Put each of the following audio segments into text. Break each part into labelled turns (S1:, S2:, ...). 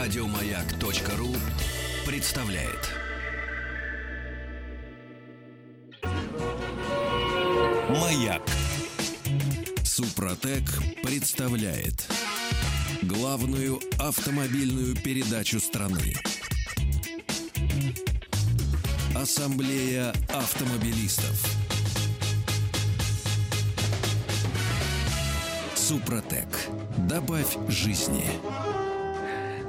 S1: Радиомаяк.ру представляет. Маяк. Супротек представляет главную автомобильную передачу страны. Ассамблея автомобилистов. Супротек. Добавь жизни.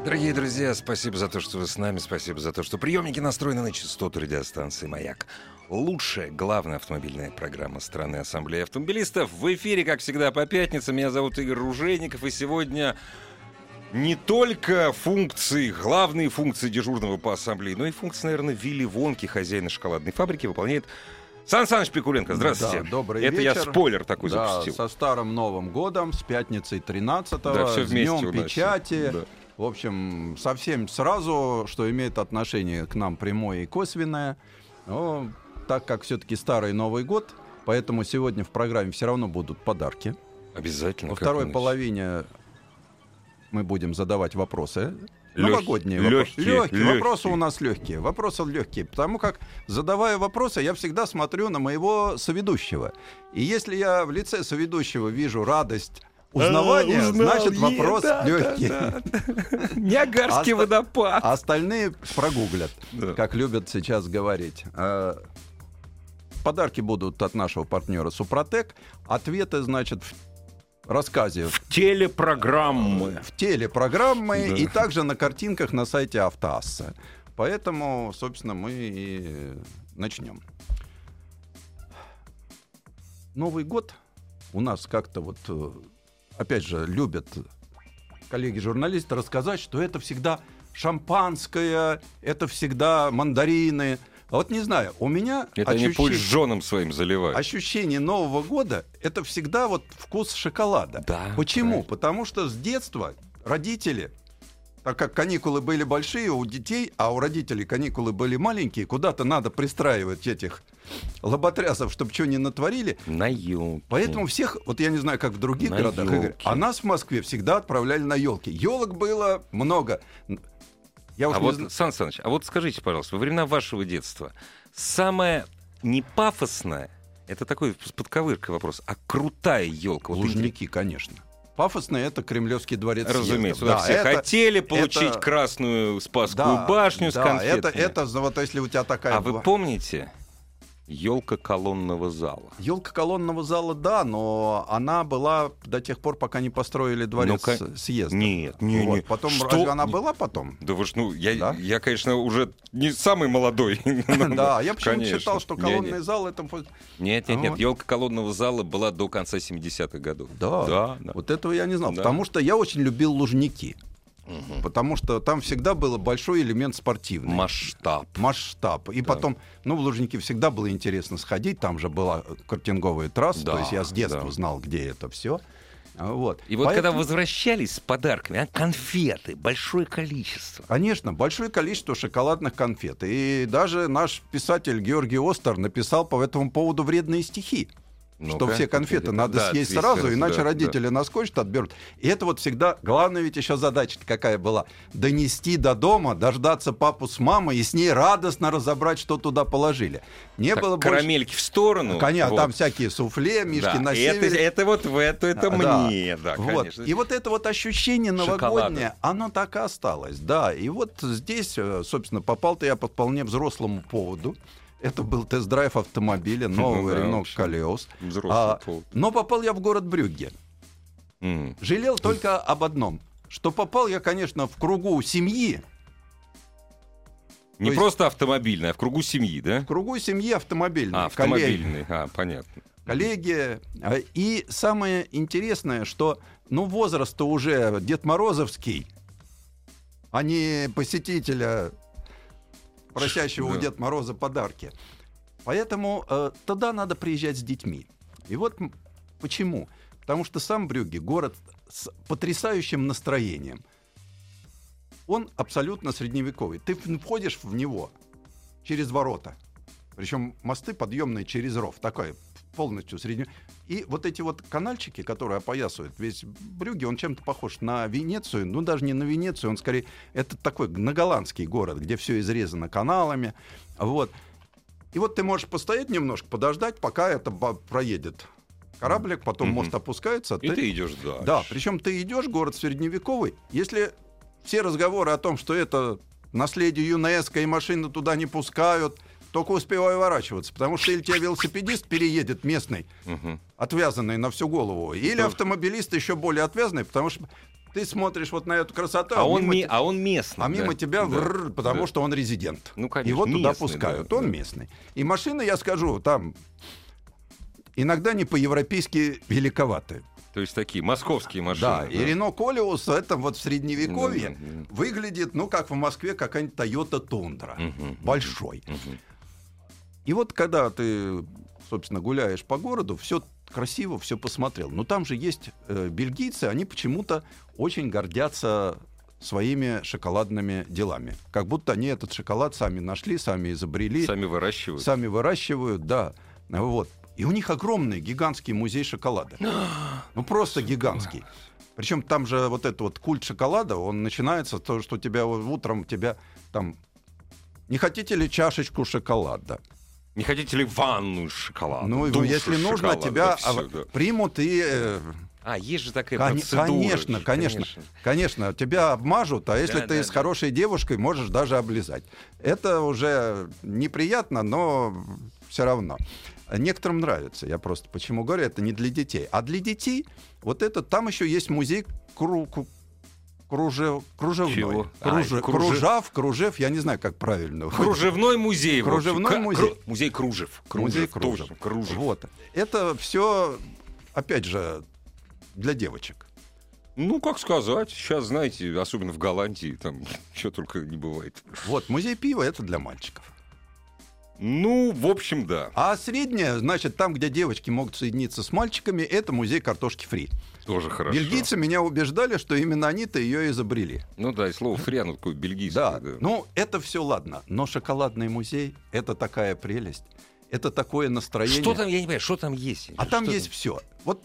S2: Дорогие друзья, спасибо за то, что вы с нами, спасибо за то, что приемники настроены на частоту радиостанции «Маяк». Лучшая, главная автомобильная программа страны Ассамблеи Автомобилистов. В эфире, как всегда, по пятницам. Меня зовут Игорь Ружейников, и сегодня не только функции, главные функции дежурного по ассамблее, но и функции, наверное, Вилли Вонки, хозяина шоколадной фабрики, выполняет Сан Саныч Пикуленко, здравствуйте.
S3: Да, добрый
S2: Это я
S3: вечер.
S2: спойлер такой
S3: Да,
S2: запустил.
S3: Со старым Новым годом, с пятницей 13
S2: Да, всё
S3: с
S2: вместе у
S3: Днем
S2: нас
S3: печати.
S2: всё, да.
S3: В общем, совсем сразу, что имеет отношение к нам прямое и косвенное. Но так как все-таки старый Новый год, поэтому сегодня в программе все равно будут подарки.
S2: Обязательно.
S3: Во
S2: как
S3: второй
S2: иначе.
S3: половине мы будем задавать вопросы.
S2: Лёгкие,
S3: Новогодние
S2: лёгкие,
S3: вопросы. Лёгкие. Вопросы
S2: лёгкие.
S3: у нас легкие. Вопросы легкие. Потому как, задавая вопросы, я всегда смотрю на моего соведущего. И если я в лице соведущего вижу радость узнавания,
S2: А, узнал.
S3: значит
S2: Е,
S3: вопрос
S2: да, да,
S3: легкий.
S2: да, да. Ниагарский
S3: Оста-
S2: водопад.
S3: А остальные прогуглят,
S2: Да.
S3: как любят сейчас говорить. Э, Подарки будут от нашего партнера Супротек. Ответы, значит, в рассказе
S2: телепрограммы.
S3: в телепрограммы
S2: Да.
S3: и также на картинках на сайте Автоасса. Поэтому, собственно, мы и начнем. Новый год у нас как-то вот, э, опять же, любят коллеги-журналисты рассказать, что это всегда шампанское, это всегда мандарины. А Вот не знаю, у меня
S2: Это они
S3: ощущение-
S2: пусть женам своим
S3: А
S2: заливают.
S3: ощущение Нового года это всегда вот вкус шоколада.
S2: Да,
S3: Почему?
S2: правильно.
S3: Потому что с детства родители, так как каникулы были большие у детей, а у родителей каникулы были маленькие, куда-то надо пристраивать этих лоботрясов, чтобы чего не натворили.
S2: На елке.
S3: Поэтому всех, вот я не знаю, как в других
S2: На
S3: городах,
S2: ёлки.
S3: Игорь, а нас в Москве всегда отправляли на елки. Елок было много. Я уж
S2: А
S3: не
S2: вот,
S3: зна-
S2: Сан Саныч, а вот скажите, пожалуйста, во времена вашего детства самое непафосное, это такой с подковыркой вопрос, а крутая елка?
S3: Лужники, конечно. Пафосно это Кремлевский дворец. съездов.
S2: Разумеется, да,
S3: Да,
S2: все
S3: это-
S2: хотели получить
S3: это-
S2: красную Спасскую башню с
S3: да, это,
S2: конфетами.
S3: это за- вот если у тебя такая
S2: А вы
S3: была.
S2: помните елка колонного зала?
S3: Елка колонного зала, да, но она была до тех пор, пока не построили дворец
S2: Ну-ка,
S3: с- съезда.
S2: Ну, Нет, не,
S3: Вот,
S2: не.
S3: Потом,
S2: Что?
S3: разве она
S2: Не-
S3: была потом?
S2: Да вы ж, ну, я,
S3: Да?
S2: я, конечно, уже не самый молодой.
S3: Да, я почему-то
S2: Ну, Конечно.
S3: считал, что
S2: Не,
S3: колонный
S2: не.
S3: зал это... вот-
S2: Нет, нет, нет,
S3: Вот.
S2: елка колонного зала была до конца 70-х годов.
S3: Да,
S2: Да, да.
S3: вот этого я не знал,
S2: Да.
S3: потому что я очень любил лужники, потому что там всегда был большой элемент спортивный.
S2: Масштаб.
S3: масштаб. И потом, ну, в Лужники всегда было интересно сходить, там же была э, картинговая трасса,
S2: Да,
S3: то есть я с детства
S2: да.
S3: знал, где это все. Вот.
S2: И вот когда
S3: Поэтому,
S2: возвращались с подарками, а, конфеты, большое количество.
S3: Конечно, большое количество шоколадных конфет. И даже наш писатель Георгий Остер написал по этому поводу вредные стихи. что
S2: Ну-ка,
S3: все конфеты
S2: конфеты.
S3: надо
S2: Да,
S3: съесть
S2: съесть
S3: сразу,
S2: сразу,
S3: иначе
S2: да,
S3: родители наскочат, отберут. И это вот всегда, главная ведь еще задача какая была, донести до дома, дождаться папу с мамой и с ней радостно разобрать, что туда положили. Не
S2: Так,
S3: было больше...
S2: карамельки в сторону.
S3: Коня,
S2: Ну,
S3: а
S2: вот.
S3: там всякие суфле, мишки
S2: Да,
S3: на
S2: это,
S3: севере. А,
S2: это вот в эту, это
S3: Да.
S2: мне, да,
S3: Вот.
S2: конечно.
S3: И вот это вот ощущение
S2: Шоколада.
S3: новогоднее, оно так и осталось, да. И вот здесь, э, собственно, попал-то я по вполне взрослому поводу. Это был тест-драйв автомобиля, нового
S2: Ну да,
S3: Рено
S2: вообще.
S3: Калиос.
S2: Взрослый
S3: А,
S2: повод.
S3: Но попал я в город Брюгге.
S2: М.
S3: Жалел только об одном, что попал я, конечно, в кругу семьи,
S2: Не
S3: есть-
S2: просто автомобильная, а в кругу семьи, да?
S3: в кругу семьи автомобильной.
S2: А,
S3: коллег.
S2: автомобильный, а, понятно.
S3: коллеги. А, И самое интересное, что ну возраст-то уже Дед Морозовский, а не посетителя, просящего у
S2: Да.
S3: Дед Мороза подарки. Поэтому э, тогда надо приезжать с детьми. И вот м- почему. Потому что сам Брюгге город с потрясающим настроением. Он абсолютно средневековый. Ты в- входишь в него через ворота. Причем мосты подъемные через ров. Такая полностью среднюю. И вот эти вот канальчики, которые опоясывают весь Брюги, он чем-то похож на Венецию, ну даже не на Венецию, он скорее, это такой на голландский город, где все изрезано каналами, вот. И вот ты можешь постоять немножко, подождать, пока это ба- проедет кораблик, потом
S2: Мгм.
S3: мост опускается. а
S2: И ты идешь дальше.
S3: Да, причем ты идешь, город средневековый. Если все разговоры о том, что это наследие ЮНЕСКО и машины туда не пускают, только успевай ворачиваться, потому что или тебя велосипедист переедет местный,
S2: Мгм.
S3: отвязанный на всю голову, или автомобилист еще более отвязанный, потому что ты смотришь вот на эту красоту,
S2: А он,
S3: мимо
S2: ми-
S3: те-
S2: а он местный.
S3: а
S2: да.
S3: мимо тебя,
S2: Да.
S3: врр, потому
S2: Да.
S3: что он резидент.
S2: Ну, конечно,
S3: Его туда
S2: местный,
S3: пускают,
S2: да,
S3: он
S2: да.
S3: местный. И машины, я скажу, там иногда не по-европейски великоваты.
S2: То есть такие московские машины.
S3: Да, и Рено Колиус, это вот в средневековье
S2: Да, да,
S3: выглядит, ну, как в Москве какая-нибудь Toyota Тундра.
S2: Мгм.
S3: Большой.
S2: Мгм.
S3: И вот когда ты, собственно, гуляешь по городу, все красиво, все посмотрел. Но там же есть э, бельгийцы, они почему-то очень гордятся своими шоколадными делами. Как будто они этот шоколад сами нашли, сами изобрели, сами,
S2: Сами выращивают.
S3: выращивают, да. Вот. И у них огромный, гигантский музей шоколада. Ну просто гигантский. Причем там же вот этот вот культ шоколада, он начинается то, что тебя вот утром тебя там не хотите ли чашечку шоколада?
S2: Не хотите ли ванну из шоколада?
S3: Ну, и
S2: А, душ из
S3: если нужно,
S2: шоколада,
S3: тебя
S2: всё,
S3: а,
S2: да.
S3: примут и... э,
S2: А, есть же такая
S3: кон-
S2: процедура.
S3: конечно,
S2: же,
S3: конечно, конечно, тебя обмажут, а если
S2: Да,
S3: ты
S2: да,
S3: с
S2: да.
S3: хорошей девушкой, можешь даже облизать. Это уже неприятно, но все равно. Некоторым нравится, я просто почему говорю, это не для детей. А для детей, вот это, там еще есть музей кру- ку- кружев- кружевной.
S2: Чего?
S3: Круже-
S2: А, круже-
S3: Кружав, кружев, я не знаю, как правильно.
S2: Кружевной музей. в общем.
S3: Кружевной
S2: Ка- кру-
S3: музей.
S2: Музей кружев.
S3: Музей
S2: Кружев. тоже,
S3: кружев.
S2: Кружев.
S3: Вот. Это все, опять же, для девочек.
S2: Ну, как сказать. Сейчас, знаете, особенно в Голландии, там что только не бывает.
S3: Вот, музей пива это для мальчиков.
S2: Ну, в общем, да.
S3: А средняя, значит, там, где девочки могут соединиться с мальчиками, это музей картошки фри.
S2: Тоже хорошо.
S3: Бельгийцы меня убеждали, что именно они-то ее изобрели.
S2: Ну да, и слово фри, оно такое бельгийское.
S3: Да, ну это все ладно, но шоколадный музей это такая прелесть, это такое настроение.
S2: Что там, я не понимаю, что там есть?
S3: А там
S2: Что
S3: есть все. Вот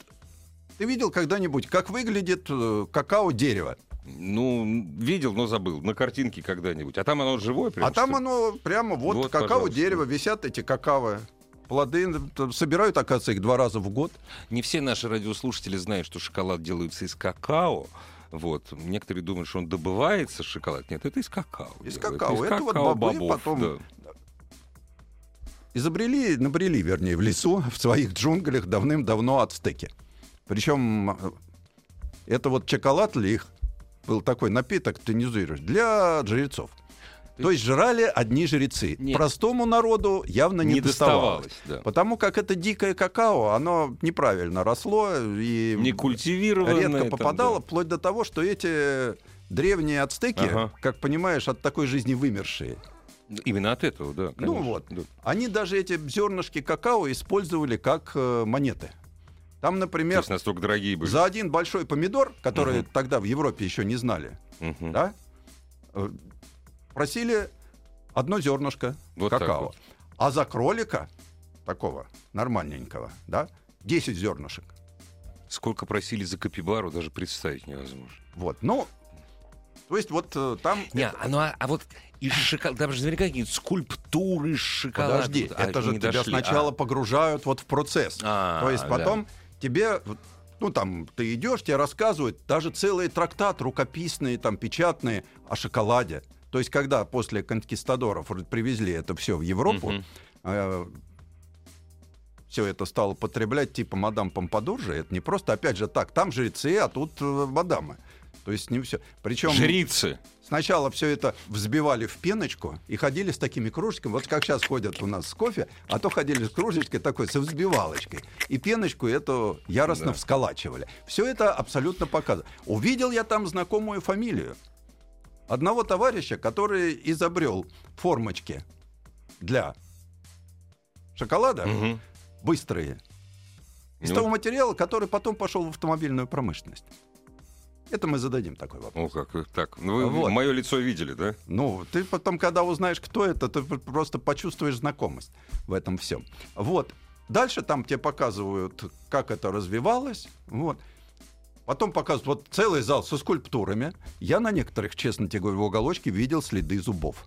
S3: ты видел когда-нибудь, как выглядит э, какао дерево?
S2: Ну, видел, но забыл. На картинке когда-нибудь. А там оно живое прям?
S3: А там
S2: что ли?
S3: оно прямо вот,
S2: Вот,
S3: какао
S2: пожалуйста.
S3: дерево висят эти какао плоды э, собирают, оказывается, их два раза в год.
S2: Не все наши радиослушатели знают, что шоколад делается из какао. Вот. Некоторые думают, что он добывается, шоколад. Нет, это из какао.
S3: Из
S2: делается.
S3: какао. Это вот бобы потом
S2: да.
S3: изобрели, набрели, вернее, в лесу, в своих джунглях давным-давно ацтеки. Причем это вот шоколад ли их был такой напиток тонизирующий для жрецов.
S2: Ты-
S3: То есть жрали одни жрецы.
S2: Нет.
S3: Простому народу явно не,
S2: Не
S3: доставалось.
S2: доставалось, да.
S3: Потому как это дикое какао, оно неправильно росло и
S2: Не культивированное.
S3: редко
S2: там,
S3: попадало,
S2: да.
S3: вплоть до того, что эти древние ацтеки,
S2: Ага.
S3: как понимаешь, от такой жизни вымершие.
S2: Именно от этого, да. конечно,
S3: Ну вот.
S2: да.
S3: Они даже эти зернышки какао использовали как э, монеты. Там,
S2: То
S3: например,
S2: есть настолько дорогие были.
S3: за один большой помидор, который
S2: Мгм.
S3: тогда в Европе еще не знали,
S2: Мгм.
S3: да, э, просили одно зернышко
S2: Вот так
S3: какао.
S2: вот.
S3: А за кролика такого нормальненького, да, 10 зернышек.
S2: Сколько просили за капибару, даже представить невозможно.
S3: Вот. Ну, то есть вот э, там...
S2: Не, а, ну, а, а вот из шоколада, там же наверняка какие-то скульптуры из шоколада.
S3: Подожди,
S2: Вот, а,
S3: это же
S2: не
S3: тебя
S2: дошли.
S3: сначала
S2: А,
S3: погружают вот в процесс.
S2: А,
S3: То есть
S2: да.
S3: потом тебе, вот, ну там, ты идешь, тебе рассказывают даже целый трактат, рукописные, там, печатные о шоколаде. То есть когда после конкистадоров р- привезли это все в Европу,
S2: Мгм.
S3: все это стало потреблять типа мадам Помпадур же, это не просто, опять же, так, там жрецы, а тут э, мадамы. То есть не все. Причем
S2: Жрицы.
S3: Сначала все это взбивали в пеночку и ходили с такими кружечками. Вот как сейчас ходят у нас с кофе, а то ходили с кружечкой такой, со взбивалочкой. И пеночку эту яростно
S2: Да.
S3: всколачивали. Все это абсолютно показано. Увидел я там знакомую фамилию. Одного товарища, который изобрел формочки для шоколада,
S2: Мгм.
S3: быстрые, из
S2: Ну,
S3: того материала, который потом пошел в автомобильную промышленность. Это мы зададим такой вопрос.
S2: О, как их так. Ну, Вы
S3: Вот.
S2: мое лицо видели, да?
S3: Ну, ты потом, когда узнаешь, кто это, ты п- просто почувствуешь знакомость в этом всем. Вот. Дальше там тебе показывают, как это развивалось. Вот. Потом показывают вот целый зал со скульптурами. Я на некоторых, честно тебе говорю, в уголочке видел следы зубов.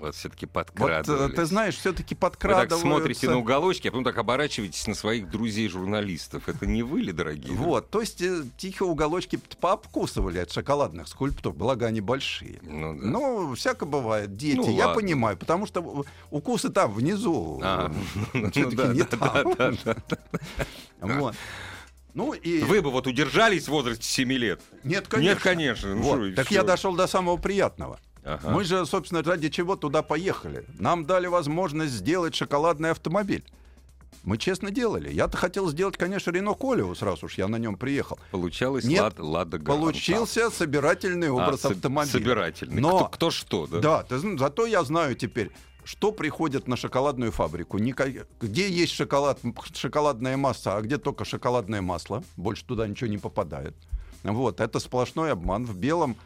S2: Вот все-таки
S3: Вот
S2: подкрадывались.
S3: э, ты знаешь, все-таки
S2: Вы так
S3: подкрадываются.
S2: смотрите на уголочки, а потом так оборачиваетесь на своих друзей-журналистов. Это не вы ли, дорогие?
S3: Вот, то есть э, тихо уголочки п- пообкусывали от шоколадных скульптур, благо они большие.
S2: Ну, да.
S3: Ну, всяко бывает, дети,
S2: Ну,
S3: я
S2: ладно.
S3: понимаю, потому что у- укусы там внизу, Э,
S2: А, ну,
S3: всё-таки
S2: да,
S3: не
S2: да,
S3: там.
S2: да, да, да.
S3: Вот. Ну и...
S2: Вы бы вот удержались в возрасте 7 лет.
S3: Нет,
S2: Нет, конечно. ну
S3: Вот,
S2: что, и
S3: Так
S2: всё.
S3: я дошел до самого приятного.
S2: Ага.
S3: Мы же, собственно, ради чего туда поехали. Нам дали возможность сделать шоколадный автомобиль. Мы честно делали. Я-то хотел сделать, конечно, Рено Колеус, раз уж я на нем приехал.
S2: Получалось
S3: Нет,
S2: лад, лада Гранта.
S3: Получился собирательный
S2: А,
S3: образ
S2: со-
S3: автомобиля.
S2: Собирательный.
S3: Но,
S2: Кто, кто что, да?
S3: да, ты зн- зато я знаю теперь, что приходит на шоколадную фабрику. Ника- Где есть шоколад, м, шоколадная масса, а где только шоколадное масло. Больше туда ничего не попадает. Вот, это сплошной обман. В белом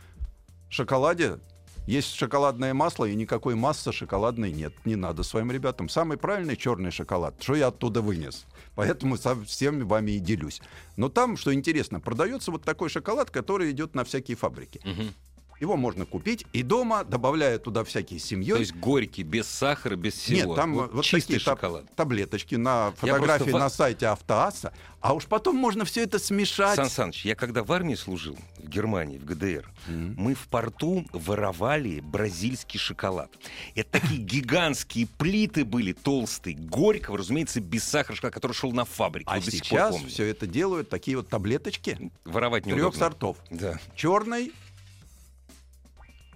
S3: шоколаде есть шоколадное масло, и никакой массы шоколадной нет. Не надо своим ребятам. Самый правильный черный шоколад, что я оттуда вынес. Поэтому со всеми вами и делюсь. Но там, что интересно, продается вот такой шоколад, который идет на всякие фабрики.
S2: Мгм.
S3: Его можно купить и дома, добавляя туда всякие семьи.
S2: То есть горький, без сахара, без всего.
S3: Нет, там
S2: Вот
S3: вот,
S2: чистый
S3: такие таб-
S2: шоколад.
S3: таблеточки на
S2: Я
S3: фотографии
S2: просто
S3: на
S2: ва-
S3: сайте Автоасса. А уж потом можно все это смешать.
S2: Сан Саныч, я когда в армии служил, в Германии, в ГДР,
S3: Мгм.
S2: мы в порту воровали бразильский шоколад. Это такие гигантские плиты были, толстые, горького, разумеется, без сахара шоколад, который шел на фабрике.
S3: А
S2: Вот до сих пор
S3: сейчас
S2: помню.
S3: все это делают такие вот таблеточки
S2: Воровать неудобно.
S3: трех сортов.
S2: Да.
S3: Черный,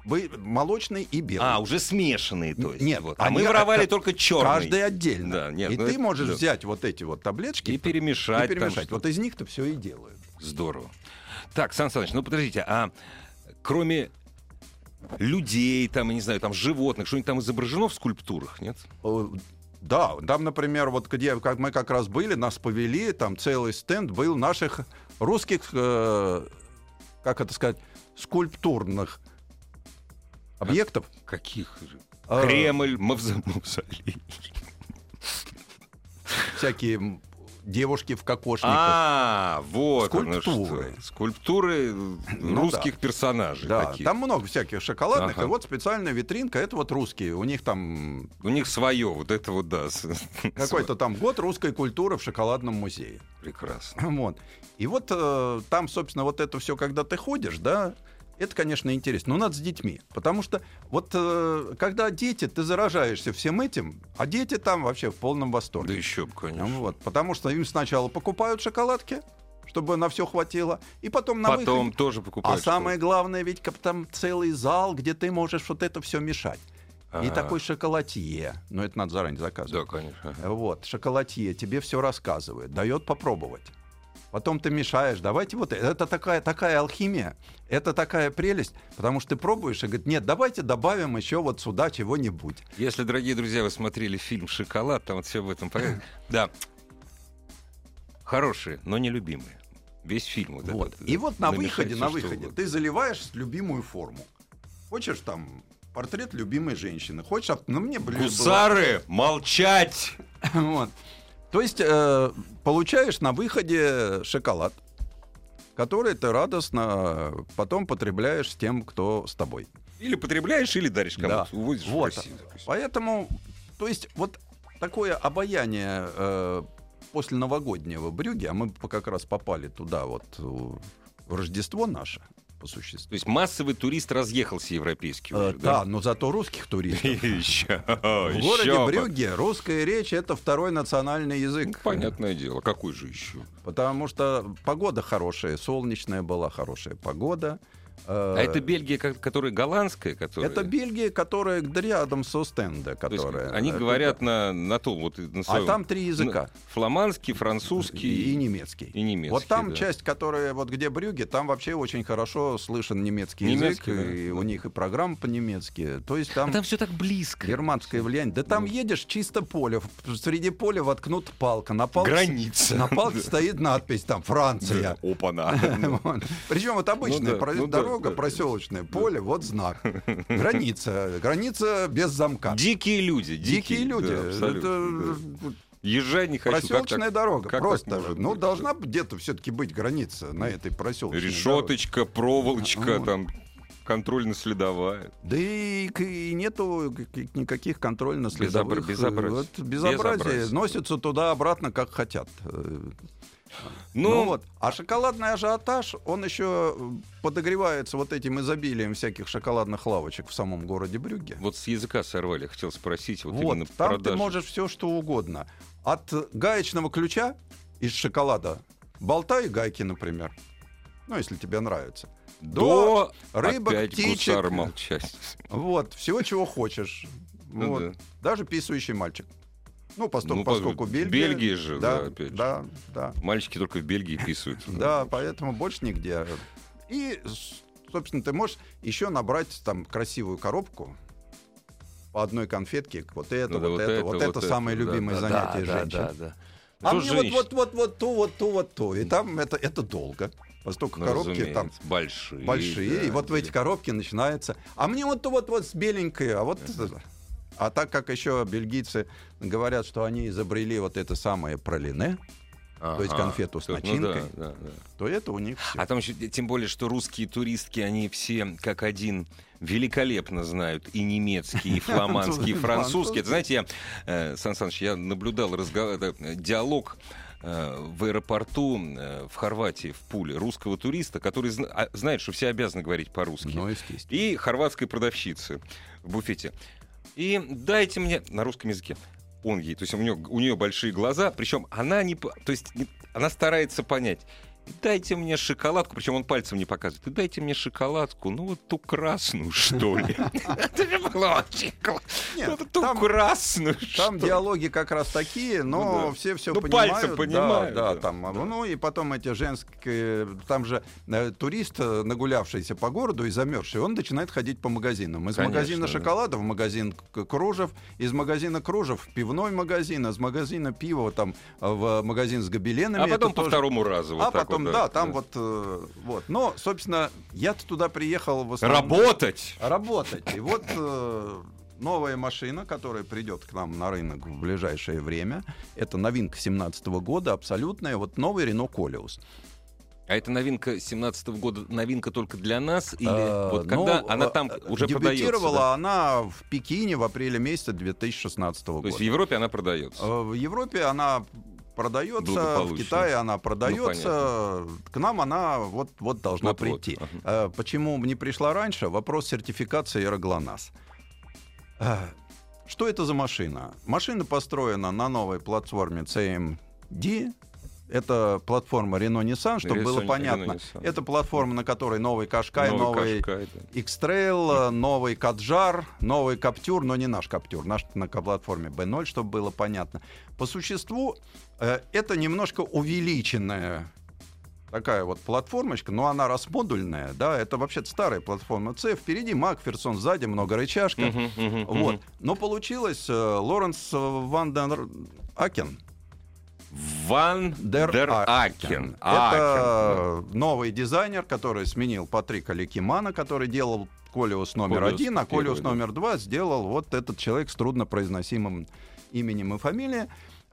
S3: вы- молочный и белый.
S2: А, уже смешанные, то есть.
S3: Нет,
S2: вот. А
S3: они-
S2: мы воровали
S3: это-
S2: только черный.
S3: Каждый отдельно.
S2: Да, нет,
S3: и
S2: ну
S3: ты
S2: это-
S3: можешь
S2: да.
S3: взять вот эти вот таблеточки
S2: И перемешать.
S3: типа. и
S2: там
S3: перемешать.
S2: что-то.
S3: Вот из них-то все и делают.
S2: Здорово. Так, Сан Саныч, ну подождите, а кроме людей, там, я не знаю, там животных, что-нибудь там изображено в скульптурах, нет?
S3: Э, Да, там, например, вот где как мы как раз были, нас повели, там целый стенд был наших русских, э, как это сказать, скульптурных объектов.
S2: Каких же?
S3: А.
S2: Кремль, мавзо- мавзолей.
S3: Э, Всякие м, девушки в кокошниках.
S2: А, вот оно что.
S3: Скульптуры.
S2: Скульптуры
S3: Ну
S2: русских персонажей
S3: да,
S2: таких.
S3: там много всяких шоколадных,
S2: Ага.
S3: и вот специальная витринка, это вот русские, у них там
S2: У них свое, вот это вот, да. с-
S3: какой-то там год русской культуры в шоколадном музее.
S2: Прекрасно.
S3: Вот. И вот э, там, собственно, вот это все, когда ты ходишь, да, это, конечно, интересно. Но надо с детьми. Потому что вот э, когда дети, ты заражаешься всем этим, а дети там вообще в полном
S2: Да
S3: восторге.
S2: еще бы, конечно.
S3: Ну вот, потому что им сначала покупают шоколадки, чтобы на все хватило, и потом на
S2: Потом
S3: выходе-
S2: тоже
S3: А
S2: покупают.
S3: самое главное, ведь как там целый зал, где ты можешь вот это все мешать.
S2: что-то.
S3: И
S2: Ага.
S3: такой шоколатье. Но это надо заранее заказывать. Э,
S2: Да, конечно. ага.
S3: Вот, шоколатье тебе все рассказывает, дает попробовать. Потом ты мешаешь, давайте вот это Это такая, такая алхимия, это такая прелесть, потому что ты пробуешь и говорит, нет, давайте добавим еще вот сюда чего-нибудь.
S2: Если, дорогие друзья, вы смотрели фильм «Шоколад», там все об этом понятно. Да. Хорошие, но нелюбимые. Весь фильм. Вот
S3: Вот.
S2: этот,
S3: И вот на
S2: намешать
S3: выходе,
S2: всё,
S3: на
S2: что
S3: выходе
S2: угодно.
S3: ты заливаешь любимую форму. Хочешь там портрет любимой женщины, хочешь, ав- ну мне ближе было-
S2: Гусары, молчать!
S3: Вот. То есть э, получаешь на выходе шоколад, который ты радостно потом потребляешь с тем, кто с тобой.
S2: Или потребляешь, или даришь кому-то.
S3: Да.
S2: Увозишь в
S3: Вот.
S2: Россию, допустим.
S3: Поэтому, то есть, вот такое обаяние э, после новогоднего брюги, а мы по- как раз попали туда вот э, в Рождество наше, по
S2: То
S3: существу.
S2: есть массовый турист разъехался европейский
S3: Э,
S2: уже,
S3: да, но зато русских туристов.
S2: Еще,
S3: В городе Брюгге русская речь это второй национальный язык.
S2: Ну, понятное дело, какой же еще?
S3: Потому что погода хорошая, солнечная была хорошая погода. Э,
S2: А это Бельгия, ко- которая голландская, которая...
S3: Это Бельгия, которая г- рядом со стенда,
S2: То есть
S3: которая.
S2: они
S3: э,
S2: говорят на, на том, вот и на
S3: А
S2: своем-
S3: там три языка.
S2: на- Ну, фламандский, французский
S3: И, и немецкий.
S2: и немецкий,
S3: Вот там
S2: да.
S3: часть, которая вот где Брюги, там вообще очень хорошо слышен немецкий,
S2: Немецкий,
S3: язык,
S2: да.
S3: и у них и программа по-немецки. То есть там,
S2: А там все так близко.
S3: германское влияние. Да там
S2: Ну.
S3: едешь чисто поле, в- среди поля воткнут палка. На палке,
S2: Граница.
S3: на палке стоит надпись там Франция.
S2: Опа-на.
S3: Причем вот обычная
S2: Ну да,
S3: про-
S2: ну да,
S3: дорога,
S2: да.
S3: проселочное поле, вот знак. Граница. Граница без замка.
S2: Дикие люди.
S3: Дикие люди.
S2: да, абсолютно,
S3: Это,
S2: да.
S3: вот,
S2: Езжай не хочу. Как
S3: Проселочная
S2: так?
S3: дорога.
S2: как так
S3: просто.
S2: может
S3: ну,
S2: быть?
S3: должна б где-то все-таки быть граница на этой проселочной дороге.
S2: Решеточка, проволочка,
S3: Ну, Вот.
S2: там контрольно-следовая.
S3: Да и, к- и нету к- никаких контрольно-следовых. э,
S2: Безобр- безобразие.
S3: Вот безобразие.
S2: Безобразие.
S3: Носятся туда-обратно, как хотят. Э, Ну, вот. А шоколадный ажиотаж, он еще подогревается вот этим изобилием всяких шоколадных лавочек в самом городе Брюгге.
S2: Вот с языка сорвали, хотел спросить. Вот,
S3: Вот,
S2: именно
S3: там
S2: продажи.
S3: ты можешь все что угодно. От гаечного ключа из шоколада, болта и гайки, например. Ну, если тебе нравится.
S2: До,
S3: рыбок,
S2: опять
S3: птичек.
S2: гусар молчать.
S3: Вот, всего чего хочешь.
S2: Ну
S3: Вот.
S2: да.
S3: Даже писающий мальчик. Ну, постольку-
S2: Ну,
S3: поскольку
S2: погоди,
S3: Бельгия...
S2: Бельгия же, да, опять же.
S3: да, да,
S2: Мальчики только в Бельгии писают.
S3: да, поэтому больше нигде. И, с- собственно, ты можешь еще набрать там красивую коробку по одной конфетке. Вот это,
S2: Надо
S3: вот, это, вот это, самое
S2: да,
S3: любимое
S2: да,
S3: занятие
S2: да,
S3: женщин.
S2: да, да.
S3: А
S2: Что
S3: мне
S2: женщин?
S3: вот, вот, вот, вот то, вот то, вот то. И там это, это долго. Поскольку
S2: Ну,
S3: коробки там
S2: разумеется, большие.
S3: большие,
S2: да,
S3: и вот в эти
S2: да.
S3: коробки начинается. А мне вот то вот вот с беленькой, а вот. А так как еще бельгийцы говорят, что они изобрели вот это самое пролине, то есть
S2: Ага.
S3: конфету с
S2: Ну да,
S3: начинкой,
S2: да, да.
S3: то это у них всё.
S2: А там еще, тем более, что русские туристки, они все как один великолепно знают и немецкий, и фламандский, и французский. Это, знаете, я, э, Сан Саныч, я наблюдал разговор, это, э, диалог э, в аэропорту э, в Хорватии, в Пуле, русского туриста, который зна- а, знает, что все обязаны говорить по-русски.
S3: Ну, естественно.
S2: И хорватской продавщицы в буфете. И дайте мне на русском языке. Он ей, то есть у нее, у нее большие глаза, причем она не, по- то есть не- она старается понять. Дайте мне шоколадку, причем он пальцем не показывает. «И Дайте мне шоколадку, ну вот ту красную, что ли. Это же было очень классно.
S3: Нет,
S2: Вот Ту
S3: там-
S2: красную, что
S3: Там
S2: ли.
S3: диалоги как раз такие, но
S2: Ну да.
S3: все все
S2: Ну,
S3: понимают.
S2: пальцем
S3: да,
S2: понимают,
S3: Да,
S2: да,
S3: там.
S2: да.
S3: Ну и потом эти женские... Там же э, турист, э, нагулявшийся по городу и замерзший, он начинает ходить по магазинам. Из
S2: Конечно,
S3: магазина
S2: да.
S3: шоколада в магазин к- кружев, из магазина кружев в пивной магазин, из магазина пива там э, в магазин с гобеленами.
S2: А потом
S3: Это
S2: по
S3: тоже-
S2: второму разу. вот
S3: а
S2: так
S3: потом,
S2: вот,
S3: да, там вот, э, вот. Но, собственно, я-то туда приехал в основном...
S2: Работать!
S3: Работать. И вот э, новая машина, которая придет к нам на рынок в ближайшее время, это новинка 2017 года, абсолютная, вот новый Рено Колеус.
S2: А это новинка 17 года, новинка только для нас? Или
S3: Э,
S2: вот когда
S3: но,
S2: она
S3: э,
S2: там уже продается?
S3: Дебютировала
S2: да?
S3: она в Пекине в апреле месяце 2016
S2: То
S3: года.
S2: есть в Европе она продается?
S3: Э, В Европе она продается, в
S2: Благополучно. Ну,
S3: Китае она продается, к нам она вот, вот должна
S2: Вот-вот,
S3: прийти.
S2: ага.
S3: Э, Почему не пришла раньше? Вопрос сертификации «Эроглонас». Э, Что это за машина? Машина построена на новой платформе CMD. Это платформа Renault-Nissan, чтобы
S2: Renault-
S3: было понятно.
S2: Renault-Nissan.
S3: Это платформа, на которой новый Кашкай, новый,
S2: Кашкай, да.
S3: X-Trail, э, новый Каджар, новый Каптюр, но не наш Каптюр, наш на платформе B0, чтобы было понятно. По существу э, это немножко увеличенная такая вот платформочка, но она расмодульная, да, это вообще-то старая платформа C, впереди Макферсон, сзади много рычажка,
S2: Мгм, мгм,
S3: вот.
S2: мгм.
S3: Но получилось э, Лоренс э, Ван ден Акен,
S2: Ван
S3: Дер
S2: дер,
S3: Акен.
S2: Акен. Акен,
S3: Это новый дизайнер, который сменил Патрика Ликимана, который делал Колиус номер
S2: Колиус
S3: один, а
S2: первый,
S3: Колиус
S2: да.
S3: номер два сделал вот этот человек с труднопроизносимым именем и фамилией.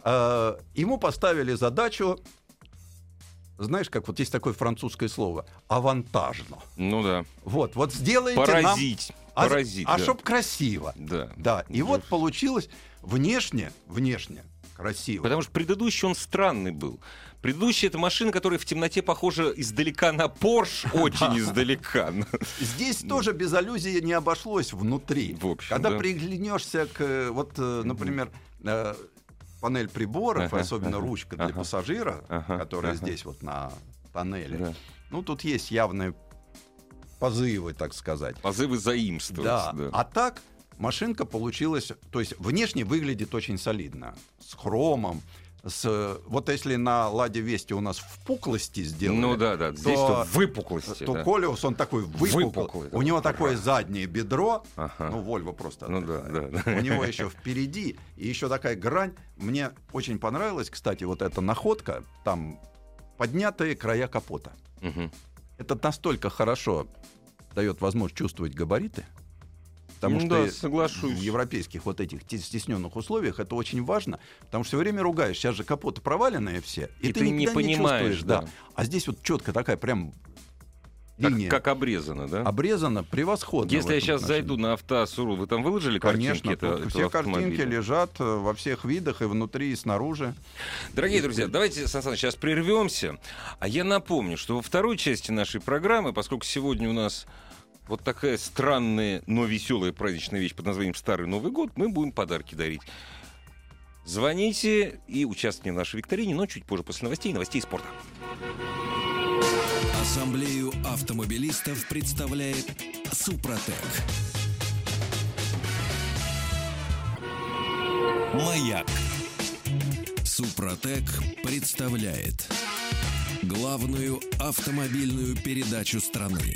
S3: Э, Ему поставили задачу, знаешь, как вот есть такое французское слово, авантажно.
S2: да. Ну да.
S3: Вот, вот сделайте нам...
S2: Поразить.
S3: А-
S2: Поразить.
S3: А
S2: да.
S3: чтоб красиво.
S2: Да.
S3: Да, и
S2: Да.
S3: вот получилось внешне, внешне красиво.
S2: Потому что предыдущий он странный был. Предыдущий это машина, которая в темноте похожа издалека на Порш, очень издалека.
S3: Здесь тоже без аллюзии не обошлось внутри.
S2: В общем,
S3: Когда
S2: да.
S3: приглянешься к, э, вот, э, например, э, панель приборов,
S2: Ага,
S3: особенно
S2: ага,
S3: ручка для
S2: ага.
S3: пассажира,
S2: Ага,
S3: которая
S2: ага.
S3: здесь вот на панели.
S2: Да.
S3: Ну, тут есть явные позывы, так сказать.
S2: Позывы заимствовать.
S3: Да.
S2: да.
S3: А так машинка получилась, то есть внешне выглядит очень солидно, с хромом. С, э, вот если на Ладе Вести у нас впуклости сделали,
S2: Ну да, да. Здесь
S3: то-
S2: то выпуклости.
S3: то
S2: да.
S3: Колиус, он такой выпуклый.
S2: Выпуклый, да.
S3: у него такое заднее бедро.
S2: Ага.
S3: Ну, Вольво просто.
S2: Ну
S3: отдыхает.
S2: да, да, да.
S3: У него еще впереди. И еще такая грань. Мне очень понравилась, кстати, вот эта находка. Там поднятые края капота.
S2: Мгм.
S3: Это настолько хорошо дает возможность чувствовать габариты. Потому
S2: М,
S3: что
S2: Ну да, соглашусь.
S3: в европейских вот этих те- стесненных условиях это очень важно, потому что все время ругаешь. Сейчас же капоты проваленные все, и,
S2: И ты не
S3: никогда
S2: понимаешь,
S3: чувствуешь, да.
S2: да.
S3: А здесь вот четко такая прям
S2: Как,
S3: линия
S2: как обрезано, да?
S3: обрезана превосходно. в
S2: Если я
S3: этом
S2: сейчас
S3: отношении.
S2: зайду на автосуру, вы там выложили
S3: Конечно,
S2: картинки? это-
S3: тут
S2: этого
S3: все
S2: автомобиля?
S3: картинки лежат э, во всех видах и внутри, и снаружи.
S2: Дорогие друзья, давайте, Сан Саныч, сейчас прервемся. А я напомню, что во второй части нашей программы, поскольку сегодня у нас вот такая странная, но веселая праздничная вещь под названием «Старый Новый год», мы будем подарки дарить. Звоните и участвуйте в нашей викторине, но чуть позже после новостей и новостей спорта.
S1: Ассамблею автомобилистов представляет Супротек. Маяк. Супротек представляет главную автомобильную передачу страны.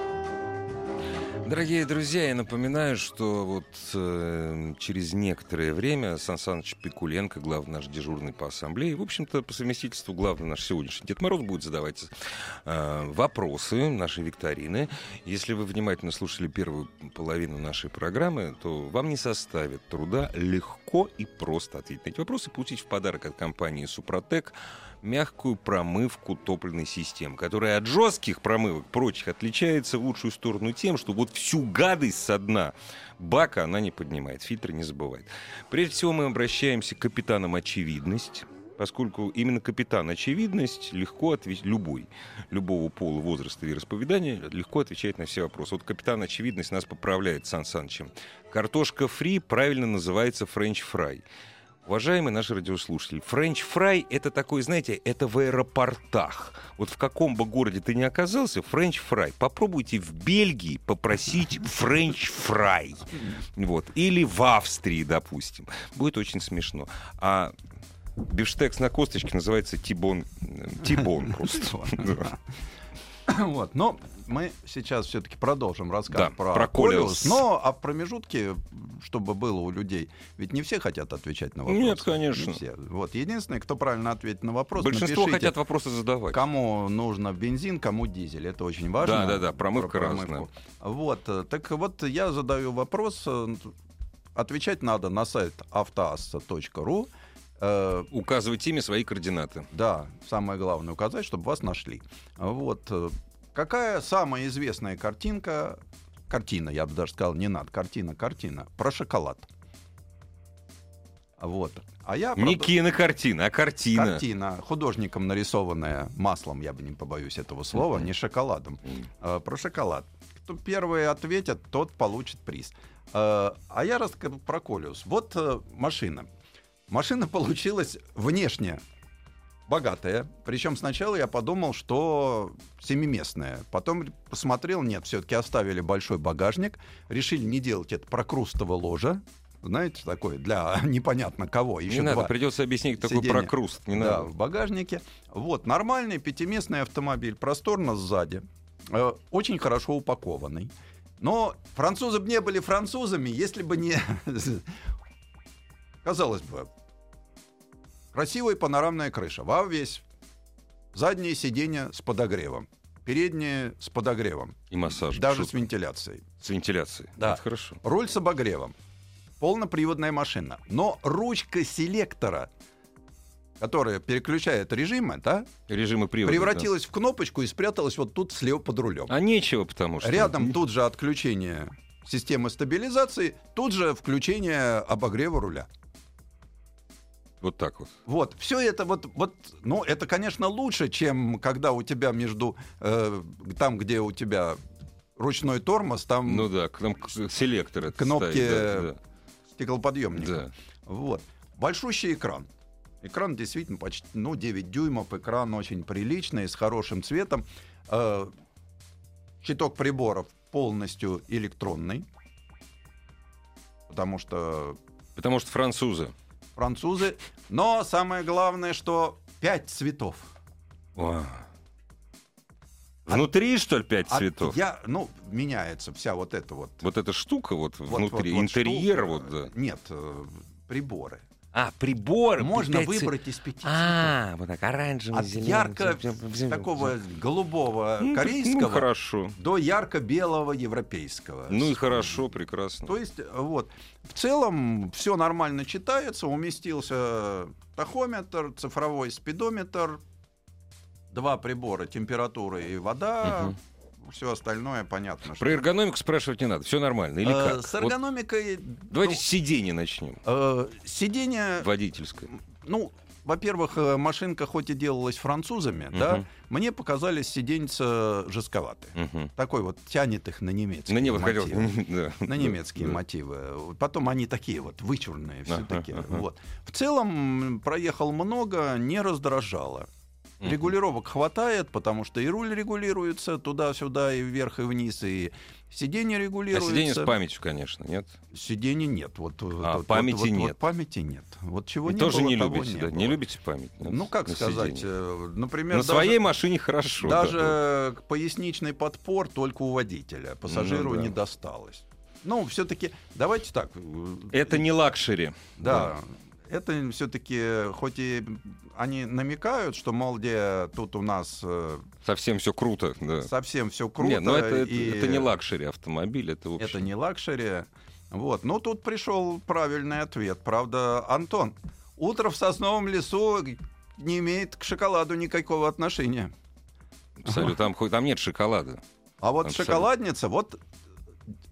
S2: Дорогие друзья, я напоминаю, что вот э, через некоторое время Сан Саныч Пикуленко, главный наш дежурный по ассамблее, в общем-то, по совместительству главный наш сегодняшний Дед Мороз будет задавать э, вопросы нашей викторины. Если вы внимательно слушали первую половину нашей программы, то вам не составит труда легко и просто ответить на эти вопросы и получить в подарок от компании «Супротек» мягкую промывку топливной системы, которая от жестких промывок прочих отличается в лучшую сторону тем, что вот всю гадость со дна бака она не поднимает, фильтр не забывает. Прежде всего мы обращаемся к капитанам «Очевидность», поскольку именно капитан «Очевидность» легко отвечает, любой, любого пола, возраста и вероисповедания, легко отвечает на все вопросы. Вот капитан «Очевидность» нас поправляет Сан Санычем. Картошка фри правильно называется френч-фрай. Уважаемые наши радиослушатели, френч-фрай — это такой, знаете, это в аэропортах. Вот в каком бы городе ты ни оказался, френч-фрай. Попробуйте в Бельгии попросить френч-фрай. Вот. Или в Австрии, допустим. Будет очень смешно. А бифштекс на косточке называется тибон. э, Тибон просто. Да.
S3: Вот, но мы сейчас все-таки продолжим рассказ
S2: Да,
S3: про,
S2: про Колиус.
S3: Колиус. Но а в промежутке, чтобы было у людей, ведь не все хотят отвечать на вопросы.
S2: Нет, конечно.
S3: Не все. Вот единственное, кто правильно ответит на вопрос,
S2: Большинство
S3: напишите,
S2: хотят вопросы задавать.
S3: кому нужно бензин, кому дизель. Это очень важно.
S2: Да, да, да, промывка
S3: Про
S2: разная.
S3: Вот, э, так вот я задаю вопрос. э, Отвечать надо на сайт автоасса.ру. Э,
S2: Указывайте ими свои координаты.
S3: да, самое главное указать, чтобы вас нашли. Вот э, какая самая известная картинка, картина, я бы даже сказал, не надо, картина, картина про шоколад. Вот. А я правда,
S2: Не кинокартина, а картина.
S3: картина художником нарисованная маслом, я бы не побоюсь этого слова,
S2: Мгм.
S3: не шоколадом.
S2: Мгм.
S3: Э, про шоколад. Кто первый ответит, тот получит приз. Э, а я расскажу про Колиус. Вот э, машина. Машина получилась внешне богатая. Причем сначала я подумал, что семиместная. Потом посмотрел, нет, все-таки оставили большой багажник. Решили не делать это прокрустово ложа. Знаете, такое для непонятно кого. Еще
S2: не надо,
S3: два
S2: придется объяснить такой
S3: сиденья.
S2: прокруст. Не
S3: да,
S2: надо.
S3: в багажнике. Вот, нормальный пятиместный автомобиль, просторно сзади, э, очень хорошо упакованный. Но французы бы не были французами, если бы не... Казалось бы, красивая панорамная крыша, во весь. Задние сиденья с подогревом, передние с подогревом,
S2: И массаж.
S3: даже
S2: Шут.
S3: с вентиляцией.
S2: С вентиляцией.
S3: Да.
S2: Это хорошо.
S3: Руль с обогревом. Полноприводная машина. Но ручка селектора, которая переключает режимы, да,
S2: Режимы привода.
S3: превратилась в кнопочку и спряталась вот тут слева под рулем.
S2: да. А нечего, потому что...
S3: Рядом тут же отключение системы стабилизации, тут же включение обогрева руля.
S2: Вот так вот.
S3: Вот, все это вот, вот, ну, это, конечно, лучше, чем когда у тебя между, э, там, где у тебя ручной тормоз, там
S2: Ну да, к- там к- селектор это
S3: Кнопки,
S2: ставить, да,
S3: стеклоподъемник.
S2: да, да.
S3: Вот. Большущий экран. Экран действительно почти, ну, 9 дюймов, экран очень приличный, с хорошим цветом. Э, щиток приборов полностью электронный, потому что
S2: Потому что французы.
S3: французы. Но самое главное, что 5 цветов.
S2: О. А Внутри, что ли, пять
S3: А
S2: цветов?
S3: Я, ну, меняется вся вот эта вот
S2: Вот эта штука вот,
S3: Вот,
S2: внутри,
S3: вот, вот
S2: интерьер
S3: штука. э,
S2: вот, да.
S3: Нет, э, приборы.
S2: А, приборы.
S3: Можно
S2: пять цвет-
S3: выбрать из пяти
S2: А, вот так, оранжевый,
S3: От
S2: зелёный,
S3: ярко
S2: всё- всё- всё-
S3: такого голубого
S2: Ну, так, Ну,
S3: корейского
S2: хорошо.
S3: до ярко-белого европейского.
S2: Ну и хорошо, прекрасно.
S3: То есть, вот, в целом все нормально читается, уместился тахометр, цифровой спидометр, два прибора, температура и вода, все остальное понятно. что-
S2: Про эргономику спрашивать не надо, все нормально. Или
S3: Э,
S2: как?
S3: С
S2: Вот
S3: эргономикой...
S2: давайте с сиденья начнем.
S3: ну, э, сиденье,
S2: Водительское.
S3: ну, во-первых, э, машинка хоть и делалась французами, да,
S2: Мгм.
S3: мне показались сиденьца жестковатые.
S2: Мгм.
S3: Такой вот тянет их на немецкий.
S2: На небо хотел.
S3: мотив.
S2: Да.
S3: на немецкие
S2: Да.
S3: мотивы. Потом они такие вот вычурные все
S2: Ага,
S3: таки
S2: ага.
S3: Вот. В целом м, проехал много, не раздражало.
S2: Мгм.
S3: Регулировок хватает, потому что и руль регулируется туда-сюда, и вверх, и вниз, и сиденье
S2: А
S3: регулируется.
S2: сиденье с памятью, конечно, нет?
S3: Сидений нет. Вот, э,
S2: А,
S3: вот-
S2: памяти
S3: вот- вот
S2: нет.
S3: памяти нет. Вот чего
S2: Вы
S3: не
S2: тоже
S3: было,
S2: не
S3: того
S2: любите,
S3: не
S2: да?
S3: было.
S2: Не любите память? на-
S3: Ну, как
S2: на
S3: сказать,
S2: сиденье?
S3: э, например...
S2: На
S3: даже-
S2: своей машине хорошо. да.
S3: даже поясничный подпор только у водителя. Пассажиру
S2: Ну да.
S3: не досталось. Ну, все-таки, давайте так. э,
S2: Это не лакшери.
S3: Да, это все-таки, хоть и они намекают, что, мол, где тут у нас э,
S2: Совсем все круто. Да.
S3: совсем все круто.
S2: Не, ну это, это-
S3: и
S2: это не лакшери автомобиль, это в общем.
S3: Это не лакшери. Вот, но тут пришел правильный ответ. Правда, Антон, утро в сосновом лесу не имеет к шоколаду никакого отношения.
S2: Абсолютно. Там, хоть- там нет шоколада.
S3: А вот
S2: Абсолютно.
S3: шоколадница, вот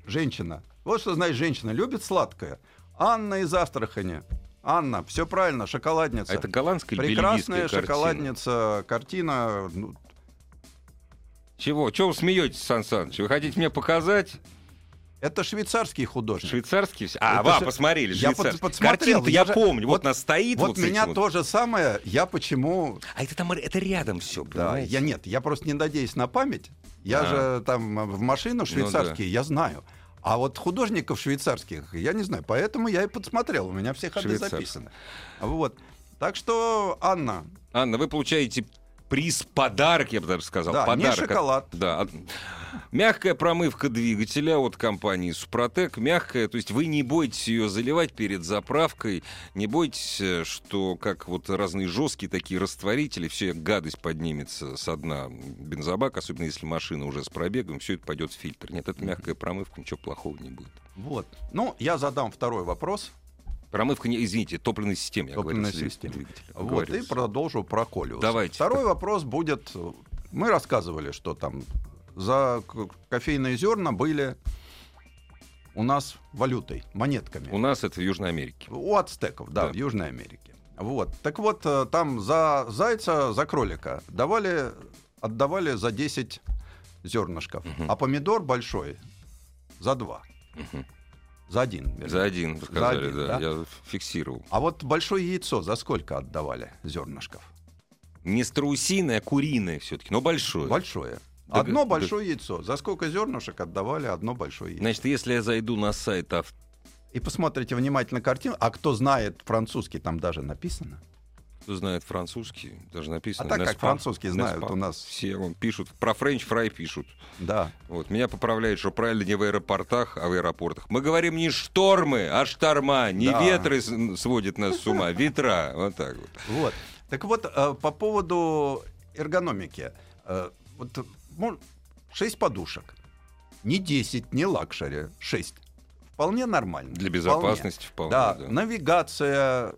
S3: женщина. Вот что значит женщина. Любит сладкое. Анна из Астрахани. Анна, все правильно, шоколадница.
S2: А это голландская или
S3: Прекрасная
S2: бельгийская картина?
S3: шоколадница, картина. ну,
S2: Чего? Чего вы смеетесь, Сан Саныч? Вы хотите мне показать?
S3: Это швейцарский художник.
S2: Швейцарский? вс- А,
S3: Это
S2: ва,
S3: же-
S2: посмотрели,
S3: Я под-
S2: швейцарский.
S3: подсмотрел,
S2: Картина-то
S3: я
S2: я
S3: же-
S2: помню, вот,
S3: вот-
S2: она стоит вот,
S3: вот
S2: с этим
S3: меня
S2: вот.
S3: то же самое. Я почему?
S2: А это там, это рядом все,
S3: Да, я нет, я просто не надеюсь на память. Я
S2: А.
S3: же там э, в
S2: Ну
S3: машину швейцарские, я знаю. А вот художников швейцарских я не знаю, поэтому я и подсмотрел. У меня все ходы
S2: Швейцарцы.
S3: записаны. Вот. Так что, Анна,
S2: Анна, вы получаете приз, подарок, я бы даже сказал.
S3: да,
S2: Ну, подарок.
S3: не шоколад.
S2: Да. от- Мягкая промывка двигателя от компании Супротек. Мягкая, то есть вы не бойтесь ее заливать перед заправкой. Не бойтесь, э, что как вот разные жесткие такие растворители, все гадость поднимется со дна бензобака, особенно если машина уже с пробегом, все это пойдет в фильтр. Нет, это мягкая промывка, ничего плохого не будет.
S3: Вот. Ну, я задам второй вопрос.
S2: Промывка, не, извините, топливной системы. я говорил,
S3: Топливная
S2: с двиг-
S3: система.
S2: двигателем.
S3: Вот, и
S2: Говорил.
S3: продолжу про Колиус.
S2: Давайте.
S3: Второй вопрос будет... э, Мы рассказывали, что там за к- кофейные зерна были у нас валютой, монетками.
S2: У нас это в Южной Америке.
S3: У ацтеков, да,
S2: Да.
S3: в Южной Америке. Вот. Так вот, э, там за зайца, за кролика давали, отдавали за 10 зернышков,
S2: Мгм.
S3: а помидор большой за 2.
S2: Мгм.
S3: За один. вернее.
S2: За один, вы сказали,
S3: один,
S2: да.
S3: да.
S2: Я фиксировал.
S3: А вот большое яйцо за сколько отдавали зернышков?
S2: Не страусиное, а куриное все-таки, но большое.
S3: Большое.
S2: Да
S3: Одно
S2: г-
S3: большое яйцо. За сколько зернышек отдавали одно большое яйцо?
S2: Значит, если я зайду на сайт а авто...
S3: И посмотрите внимательно картину. А кто знает французский, там даже написано.
S2: Кто знает французский, даже
S3: А
S2: написано.
S3: так как
S2: «Неспа».
S3: французский знают
S2: «Неспа».
S3: у нас.
S2: Все вон пишут, про френч фрай пишут.
S3: Да.
S2: Вот, меня поправляют, что правильно не в аэропортах, а в аэропортах. Мы говорим не штормы, а шторма, не
S3: Да.
S2: ветры с- сводят нас с ума, а ветра. Вот так вот.
S3: Вот. Так вот, э, по поводу эргономики. Э, Вот, э, мон- шесть подушек. Не 10, не лакшери. 6. Вполне нормально.
S2: Для
S3: Вполне.
S2: безопасности вполне.
S3: Да,
S2: да.
S3: навигация,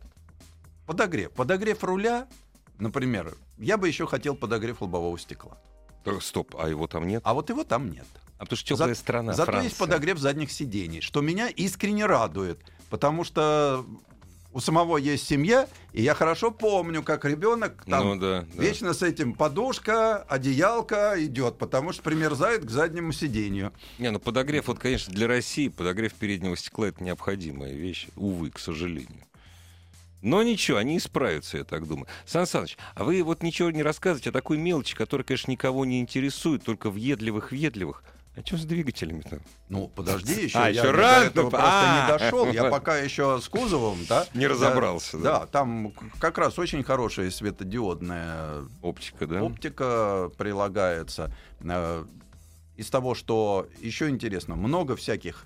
S3: подогрев. Подогрев руля, например, я бы еще хотел подогрев лобового стекла.
S2: Так, Стоп, а его там нет?
S3: А вот его там нет.
S2: А потому что теплая
S3: За-
S2: страна,
S3: Зато
S2: Франция.
S3: есть подогрев задних сидений, что меня искренне радует, потому что у самого есть семья, и я хорошо помню, как ребенок там
S2: Ну да, да.
S3: вечно с этим подушка, одеялка идет, потому что примерзает к заднему сиденью.
S2: Не, ну подогрев, вот, конечно, для России подогрев переднего стекла это необходимая вещь. Увы, к сожалению. Но ничего, они исправятся, я так думаю. Сан Саныч, а вы вот ничего не рассказываете о такой мелочи, которая, конечно, никого не интересует, только въедливых-въедливых. А что с двигателями-то?
S3: Ну, подожди еще.
S2: А,
S3: я
S2: еще
S3: до
S2: рано,
S3: этого
S2: п-
S3: просто
S2: а.
S3: не дошел. Я пока еще с кузовом, да?
S2: Не разобрался, да.
S3: Да, там как раз очень хорошая светодиодная
S2: Оптика, да?
S3: оптика прилагается. Э, Из того, что еще интересно, много всяких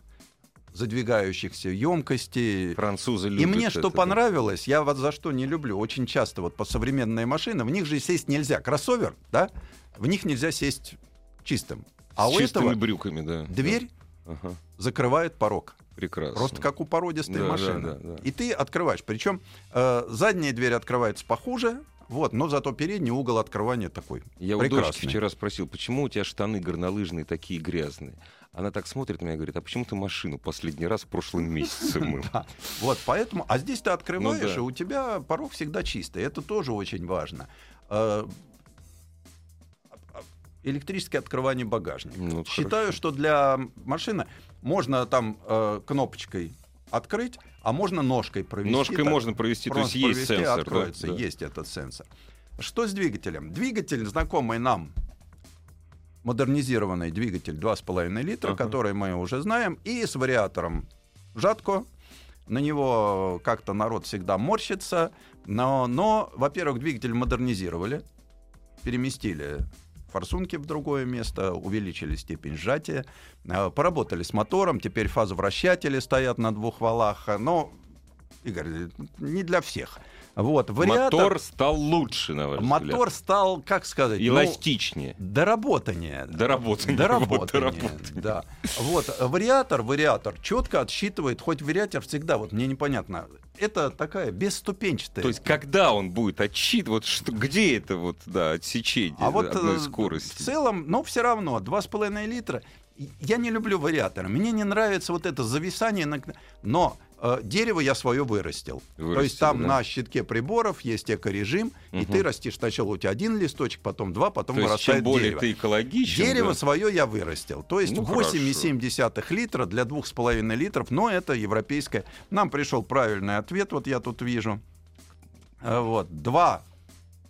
S3: задвигающихся емкостей.
S2: Французы любят
S3: И мне что
S2: это, да.
S3: понравилось, я вот за что не люблю, очень часто вот по современные машины, в них же сесть нельзя. Кроссовер, да, в них нельзя сесть чистым. А
S2: С
S3: у
S2: чистыми
S3: этого
S2: брюками, да.
S3: дверь
S2: Да. Ага,
S3: закрывает порог.
S2: прекрасно.
S3: Просто как у породистой
S2: Да,
S3: машины.
S2: да, да, да.
S3: И ты открываешь. Причем э, задняя дверь открывается похуже, вот, но зато передний угол открывания такой.
S2: Я у
S3: прекрасный.
S2: дочки вчера спросил, почему у тебя штаны горнолыжные такие грязные? Она так смотрит на меня и говорит, а почему ты машину последний раз в прошлом месяце мыл?
S3: Да. Вот, поэтому, а здесь ты открываешь,
S2: Ну да.
S3: и у тебя порог всегда чистый. Это тоже очень важно. Э, Электрическое открывание багажника.
S2: Ну, вот
S3: Считаю,
S2: хорошо.
S3: что для машины можно там э, кнопочкой открыть, а можно ножкой провести.
S2: Ножкой
S3: так.
S2: можно провести, то есть
S3: Просто
S2: есть
S3: провести,
S2: сенсор. да,
S3: откроется,
S2: да.
S3: есть этот сенсор. Что с двигателем? Двигатель, знакомый нам, модернизированный двигатель 2,5 литра,
S2: Ага.
S3: который мы уже знаем, и с вариатором жатко. На него как-то народ всегда морщится, но, но во-первых, двигатель модернизировали, переместили форсунки в другое место, увеличили степень сжатия, э, поработали с мотором, теперь фазовращатели стоят на двух валах, э, но, Игорь, не для всех. Вот, вариатор,
S2: Мотор стал лучше, на ваш взгляд.
S3: мотор стал, как сказать, ну,
S2: Эластичнее.
S3: доработаннее.
S2: Доработаннее. Вот,
S3: Доработаннее,
S2: доработаннее.
S3: да. Вот, э, вариатор, вариатор четко отсчитывает, хоть вариатор всегда, вот мне непонятно, это такая бесступенчатая.
S2: То есть, когда он будет отчит, вот что, где это вот, да, отсечение
S3: А вот
S2: одной
S3: э,
S2: скорости?
S3: в целом, но все равно, 2,5 литра. И- Я не люблю вариатор. Мне не нравится вот это зависание. на- Но э, дерево я свое вырастил. То
S2: Вырастил,
S3: есть там
S2: да.
S3: на щитке приборов есть экорежим, и
S2: Мгм.
S3: ты растишь сначала у тебя один листочек, потом два, потом
S2: То есть,
S3: вырастает
S2: чем более
S3: дерево.
S2: ты экологичен,
S3: Дерево
S2: да,
S3: свое я вырастил. То есть
S2: Ну,
S3: 8,7 литра для 2,5 литров, но это европейское. Нам пришел правильный ответ, вот я тут вижу. Э, Вот, два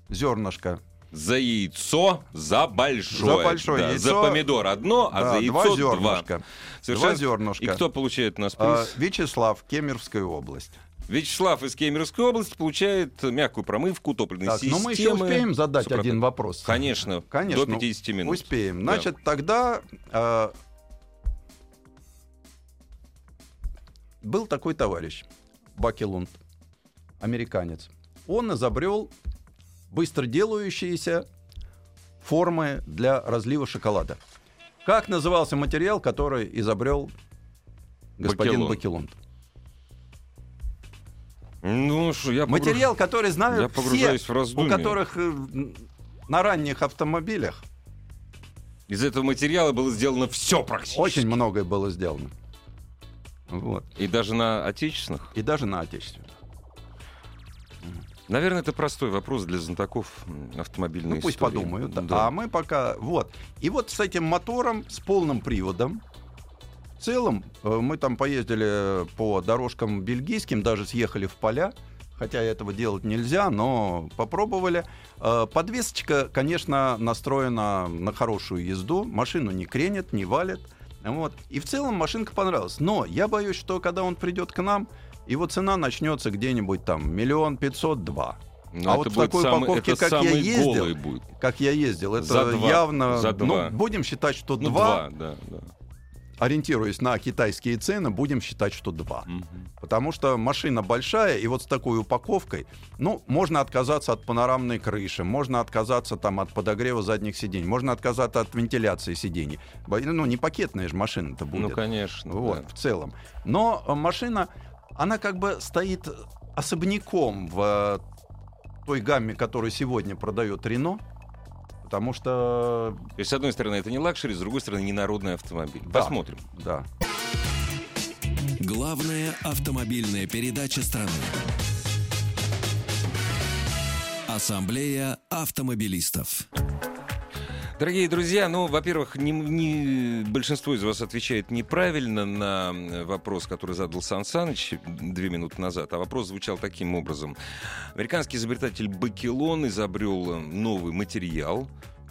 S3: зернышка
S2: за яйцо, за большое.
S3: За большое
S2: да,
S3: яйцо.
S2: за помидор одно, а
S3: Да,
S2: за
S3: два
S2: яйцо
S3: зернышка.
S2: Совершенно-
S3: Два зернышка.
S2: И кто получает у нас
S3: А,
S2: приз?
S3: Вячеслав, Кемеровская область.
S2: Вячеслав из Кемеровской области получает мягкую промывку топливной
S3: Так,
S2: системы.
S3: но мы еще успеем задать
S2: Супротек.
S3: один вопрос.
S2: Конечно,
S3: Конечно, ну,
S2: до 50 минут.
S3: Успеем.
S2: Да.
S3: Значит, тогда э, был такой товарищ Бакелунд, американец. Он изобрел быстро делающиеся формы для разлива шоколада. Как назывался материал, который изобрел господин
S2: Бакелунд.
S3: Бакелунд?
S2: Ну, что, я погруж-
S3: Материал, который знают
S2: Я погружаюсь
S3: все,
S2: в раздумья.
S3: у которых э, м, на ранних автомобилях
S2: Из этого материала было сделано все практически.
S3: очень многое было сделано. Вот.
S2: И даже на отечественных.
S3: И даже на отечественных.
S2: Наверное, это простой вопрос для знатоков м, автомобильной
S3: Ну, пусть
S2: истории.
S3: подумают.
S2: Да.
S3: А мы пока... Вот. И вот с этим мотором, с полным приводом, в целом, э, мы там поездили э, по дорожкам бельгийским, даже съехали в поля, хотя этого делать нельзя, но попробовали. Э, Подвесочка, конечно, настроена на хорошую езду, машину не кренит, не валит. Вот. И в целом машинка понравилась. Но я боюсь, что когда он придет к нам, его цена начнется где-нибудь там миллион пятьсот два.
S2: Но
S3: а
S2: это
S3: вот в
S2: будет
S3: такой
S2: самый-
S3: упаковке,
S2: это
S3: как я
S2: самый
S3: ездил,
S2: голый будет.
S3: как я ездил. Это
S2: За два.
S3: явно,
S2: За
S3: ну,
S2: два.
S3: будем считать, что
S2: Ну,
S3: 2,
S2: два, да, да.
S3: ориентируясь на китайские цены, будем считать, что 2.
S2: Мгм.
S3: Потому что машина большая, и вот с такой упаковкой, ну, можно отказаться от панорамной крыши, можно отказаться там от подогрева задних сидений, можно отказаться от вентиляции сидений. Бо- Ну, не пакетная же машина-то будет.
S2: Ну, конечно.
S3: Вот,
S2: да.
S3: в целом. Но э, машина, она как бы стоит особняком в э, той гамме, которую сегодня продает Рено. Потому что, э,
S2: То есть, с одной стороны, это не лакшери, с другой стороны, не народный автомобиль.
S3: Да.
S2: Посмотрим.
S3: да,
S1: Главная автомобильная передача страны. Ассамблея автомобилистов.
S2: Дорогие друзья, ну, во-первых, не, не- большинство из вас отвечает неправильно на э, вопрос, который задал Сан Саныч две минуты назад. А вопрос звучал таким образом. Американский изобретатель Бакелон изобрел э, новый материал,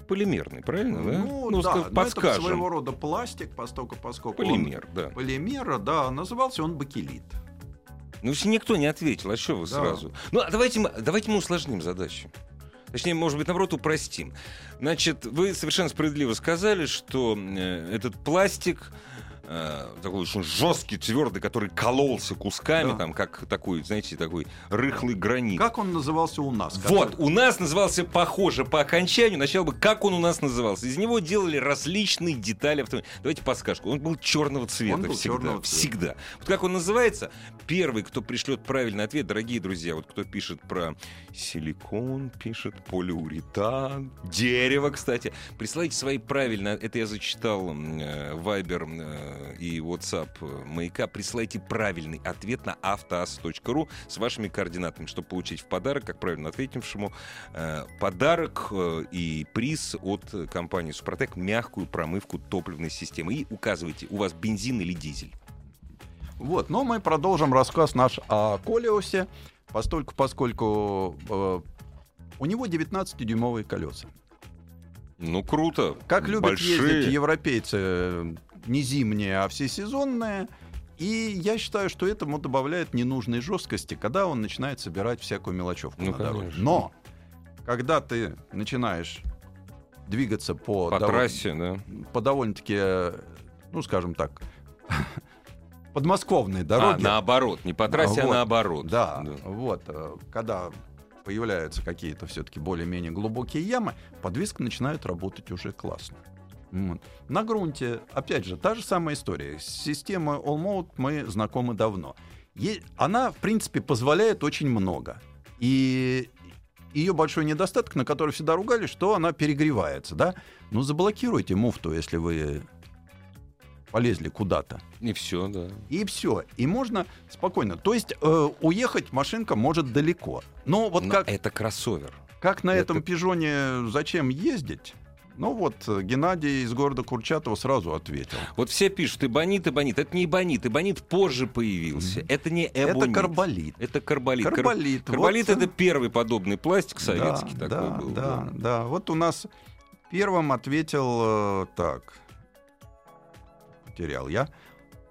S2: полимерный, правильно, Ну, да?
S3: Ну да,
S2: ска-
S3: но это
S2: подскажем.
S3: своего рода пластик, поскольку, поскольку он
S2: Полимер, да.
S3: полимера, да, назывался он бакелит.
S2: Ну, если никто не ответил, а что вы
S3: Да.
S2: сразу? Ну, а давайте, мы- давайте мы усложним задачу. Точнее, может быть, наоборот, упростим. Значит, вы совершенно справедливо сказали, что э, этот пластик э, такой очень жесткий, твердый, который кололся кусками,
S3: Да.
S2: там, как такой, знаете, такой рыхлый гранит.
S3: Как он назывался у нас?
S2: Вот, у нас назывался похоже по окончанию. Начало бы, как он у нас назывался. Из него делали различные детали автомобиля. Давайте подсказку. Он был черного цвета
S3: Он был
S2: всегда.
S3: черного цвета.
S2: Всегда. Вот как он называется? Первый, кто пришлет правильный ответ, дорогие друзья, вот кто пишет про силикон, пишет полиуретан, дерево, кстати. Присылайте свои правильные... Это я зачитал м, э, Viber э, и WhatsApp э, маяка. Присылайте правильный ответ на автоаз.ру с вашими координатами, чтобы получить в подарок, как правильно ответившему, э, подарок э, и приз от э, компании «Супротек» мягкую промывку топливной системы. И указывайте, у вас бензин или дизель.
S3: Вот, но мы продолжим рассказ наш о Колиосе, постольку, поскольку э, у него 19-дюймовые колеса.
S2: Ну, круто.
S3: Как любят
S2: Большие.
S3: ездить европейцы, э, не зимние, а всесезонные. И я считаю, что этому добавляет ненужной жесткости, когда он начинает собирать всякую мелочевку
S2: Ну,
S3: на дороге.
S2: конечно.
S3: Но когда ты начинаешь двигаться по,
S2: По
S3: довольно-
S2: трассе, да.
S3: по довольно-таки, э, ну, скажем так, подмосковной
S2: А,
S3: дороге,
S2: наоборот. Не по трассе, а,
S3: вот.
S2: наоборот.
S3: да, вот, э, когда появляются какие-то все-таки более-менее глубокие ямы, подвеска начинает работать уже классно. М. На грунте, опять же, та же самая история. Система All Mode мы знакомы давно. Е- она, в принципе, позволяет очень много. И ее большой недостаток, на который всегда ругали, что она перегревается, да? Ну, заблокируйте муфту, если вы полезли куда-то.
S2: И все, да.
S3: И все. И можно спокойно. То есть э, уехать машинка может далеко. Но вот
S2: Но
S3: как,
S2: Это кроссовер.
S3: как на
S2: это-
S3: этом пижоне зачем ездить? Ну вот э, Геннадий из города Курчатова сразу ответил.
S2: Вот все пишут, эбонит, эбонит. Это не эбонит. Эбонит позже появился.
S3: Мгм.
S2: Это не эбонит.
S3: Это карболит.
S2: Это Э, карболит. Кар-
S3: Карболит. Вот,
S2: карболит
S3: э,
S2: это первый подобный пластик советский
S3: да,
S2: такой
S3: да,
S2: был.
S3: Да, да. Вот у нас первым ответил э, так. Потерял я.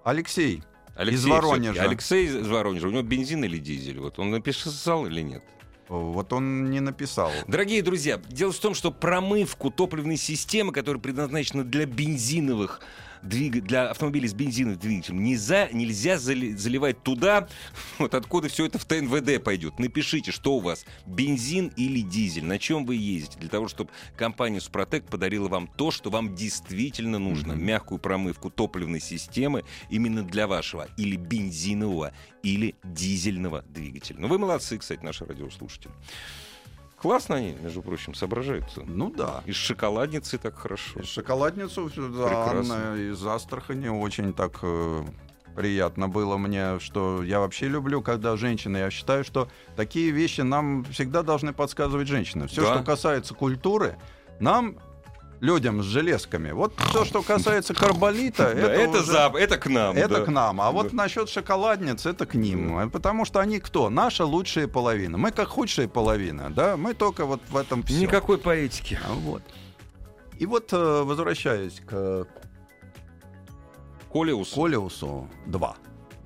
S3: Алексей.
S2: Алексей,
S3: Из
S2: всё-таки.
S3: Воронежа.
S2: Алексей из Воронежа. У него бензин или дизель? Вот он написал или нет?
S3: Вот он не написал.
S2: Дорогие друзья, дело в том, что промывку топливной системы, которая предназначена для бензиновых двиг- для автомобилей с бензиновым двигателем нельзя, нельзя зали- заливать туда, вот откуда все это в ТНВД пойдет. Напишите, что у вас, бензин или дизель, на чем вы ездите, для того, чтобы компания Супротек подарила вам то, что вам действительно нужно.
S3: Мгм.
S2: Мягкую промывку топливной системы именно для вашего или бензинового, или дизельного двигателя. Ну, вы молодцы, кстати, наши радиослушатели. Классно они, между прочим, соображаются.
S3: Ну да.
S2: Из шоколадницы так хорошо.
S3: Шоколадницу да,
S2: типа. Прекрасно.
S3: Анна из Астрахани очень так э, приятно было мне, что я вообще люблю, когда женщины. Я считаю, что такие вещи нам всегда должны подсказывать женщины. Все,
S2: Да.
S3: что касается культуры, нам людям с железками. Вот все, что касается карболита,
S2: Да, это,
S3: уже-
S2: зап- это к нам.
S3: это
S2: да.
S3: к нам. А вот
S2: Да.
S3: насчет шоколадниц, это к ним. А Потому что они кто? Наша лучшая половина. Мы как худшая половина, да? Мы только вот в этом все.
S2: Никакой поэтики.
S3: А Вот. И вот, э, возвращаясь к
S2: Колеус.
S3: Колеусу 2.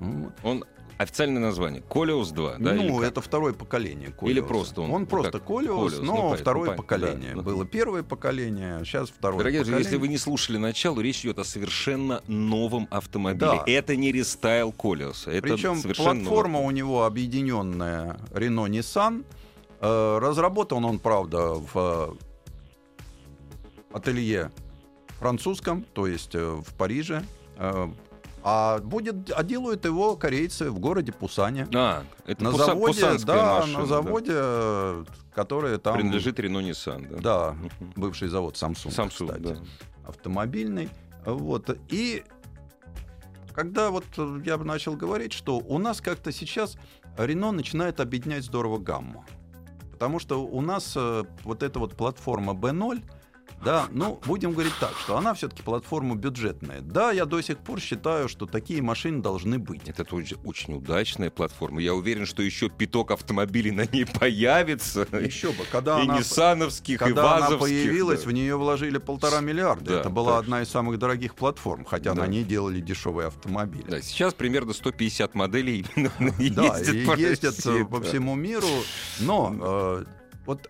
S3: Вот.
S2: Он официальное название. Колеус 2, да? Ну, или
S3: ну,
S2: как?
S3: это второе поколение Колеуса.
S2: Или просто он,
S3: Он
S2: ну,
S3: просто
S2: как,
S3: Колеус,
S2: Колеус, ну,
S3: но
S2: понятно,
S3: второе
S2: понятно,
S3: поколение.
S2: да.
S3: Было первое поколение, сейчас второе
S2: Дорогие друзья,
S3: поколение.
S2: если вы не слушали начало, речь идет о совершенно новом автомобиле.
S3: Да.
S2: Это не рестайл Колеуса. Это
S3: Причем
S2: совершенно
S3: платформа
S2: новый.
S3: у него объединенная Renault Nissan. Э, Разработан он, правда, в э, ателье французском, то есть э, в Париже. Э, А будет, а делают его корейцы в городе Пусане.
S2: А, это
S3: на
S2: пуса-
S3: заводе,
S2: пусанская
S3: да,
S2: машина,
S3: на заводе, э, который
S2: да.
S3: там
S2: Принадлежит Рено Nissan, да?
S3: да,
S2: Мгм.
S3: бывший завод Samsung,
S2: Samsung,
S3: кстати,
S2: да.
S3: автомобильный, вот и когда вот э, я начал говорить, что у нас как-то сейчас Рено начинает объединять здорово гамму, потому что у нас э, вот эта вот платформа B0 да, ну, будем говорить так, что она все-таки платформа бюджетная. Да, я до сих пор считаю, что такие машины должны быть.
S2: Нет, это очень, очень удачная платформа. Я уверен, что еще пяток автомобилей на ней появится.
S3: Еще бы, когда
S2: и
S3: она...
S2: ниссановских, и
S3: Когда она
S2: вазовских.
S3: появилась,
S2: да.
S3: в нее вложили полтора миллиарда.
S2: Да,
S3: это была
S2: так
S3: одна из самых дорогих платформ, хотя
S2: Да.
S3: на ней делали дешевые автомобили.
S2: Да, сейчас примерно 150 моделей
S3: Да,
S2: ездят
S3: и
S2: по
S3: ездят
S2: России,
S3: э, по
S2: да.
S3: всему миру, но э, вот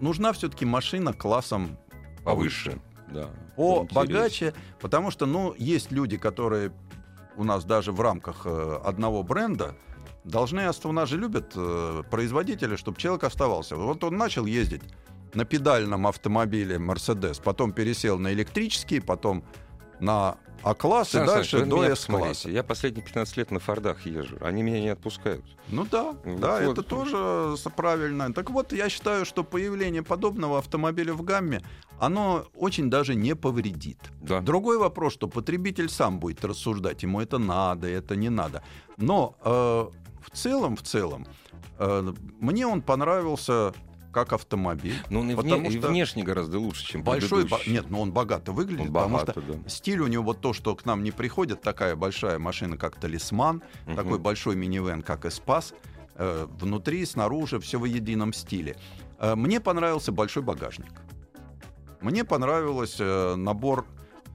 S3: нужна все-таки машина классом
S2: повыше. да.
S3: По
S2: Интересно.
S3: богаче, потому что, ну, есть люди, которые у нас даже в рамках э, одного бренда должны, ост- у нас же любят э, производители, чтобы человек оставался. Вот он начал ездить на педальном автомобиле Mercedes, потом пересел на электрический, потом на А-класс и
S2: Сан Саныч,
S3: дальше
S2: вы на меня
S3: до
S2: посмотрите.
S3: С-класса.
S2: Я последние 15 лет на Фордах езжу. Они меня не отпускают.
S3: Ну да,
S2: Вот,
S3: да,
S2: вот.
S3: это тоже с- правильно. Так вот, я считаю, что появление подобного автомобиля в гамме, оно очень даже не повредит.
S2: Да.
S3: А Другой вопрос, что потребитель сам будет рассуждать, ему это надо, это не надо. Но э, в целом, в целом, э, мне он понравился как автомобиль.
S2: Но он и,
S3: Потому
S2: вне- и
S3: что
S2: внешне гораздо лучше, чем
S3: Большой, ба-
S2: предыдущий.
S3: нет, но он богато выглядит,
S2: Он
S3: потому
S2: богато,
S3: что
S2: да.
S3: стиль у него вот то, что к нам не приходит, такая большая машина, как Талисман,
S2: Мгм.
S3: такой большой минивэн, как Эспас, э, внутри, снаружи, все в едином стиле. Э, мне понравился большой багажник. Мне понравился набор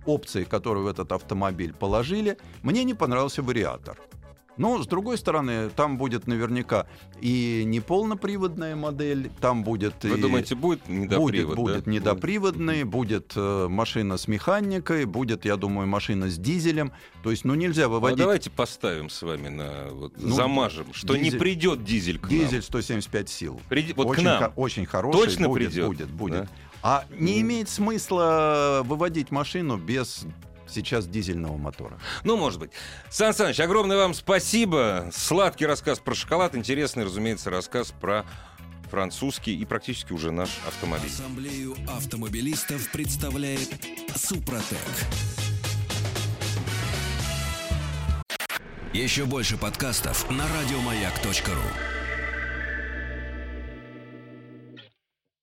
S3: опций, которые в этот автомобиль положили. Мне не понравился вариатор. Но, с другой стороны, там будет наверняка и неполноприводная модель, там будет
S2: Вы
S3: и...
S2: думаете, будет недопривод?
S3: Будет, будет
S2: да?
S3: недоприводный, будет э, машина с механикой, будет, я думаю, машина с дизелем. То есть, ну нельзя
S2: Ну, а
S3: выводить
S2: давайте поставим с вами на вот,
S3: Ну,
S2: замажем, что не
S3: дизель-
S2: придет дизель к
S3: дизель 175 сил.
S2: нам. Приди- вот
S3: очень,
S2: к нам.
S3: хо- очень хороший
S2: Точно
S3: будет,
S2: придет?
S3: будет, будет.
S2: Да.
S3: А
S2: М.
S3: не имеет смысла выводить машину без сейчас дизельного мотора.
S2: Ну, может быть. Сан Саныч, огромное вам спасибо. Сладкий рассказ про шоколад, интересный, разумеется, рассказ про французский и практически уже наш автомобиль.
S1: Ассамблею автомобилистов представляет Супротек. Еще больше подкастов на радиомаяк.ру.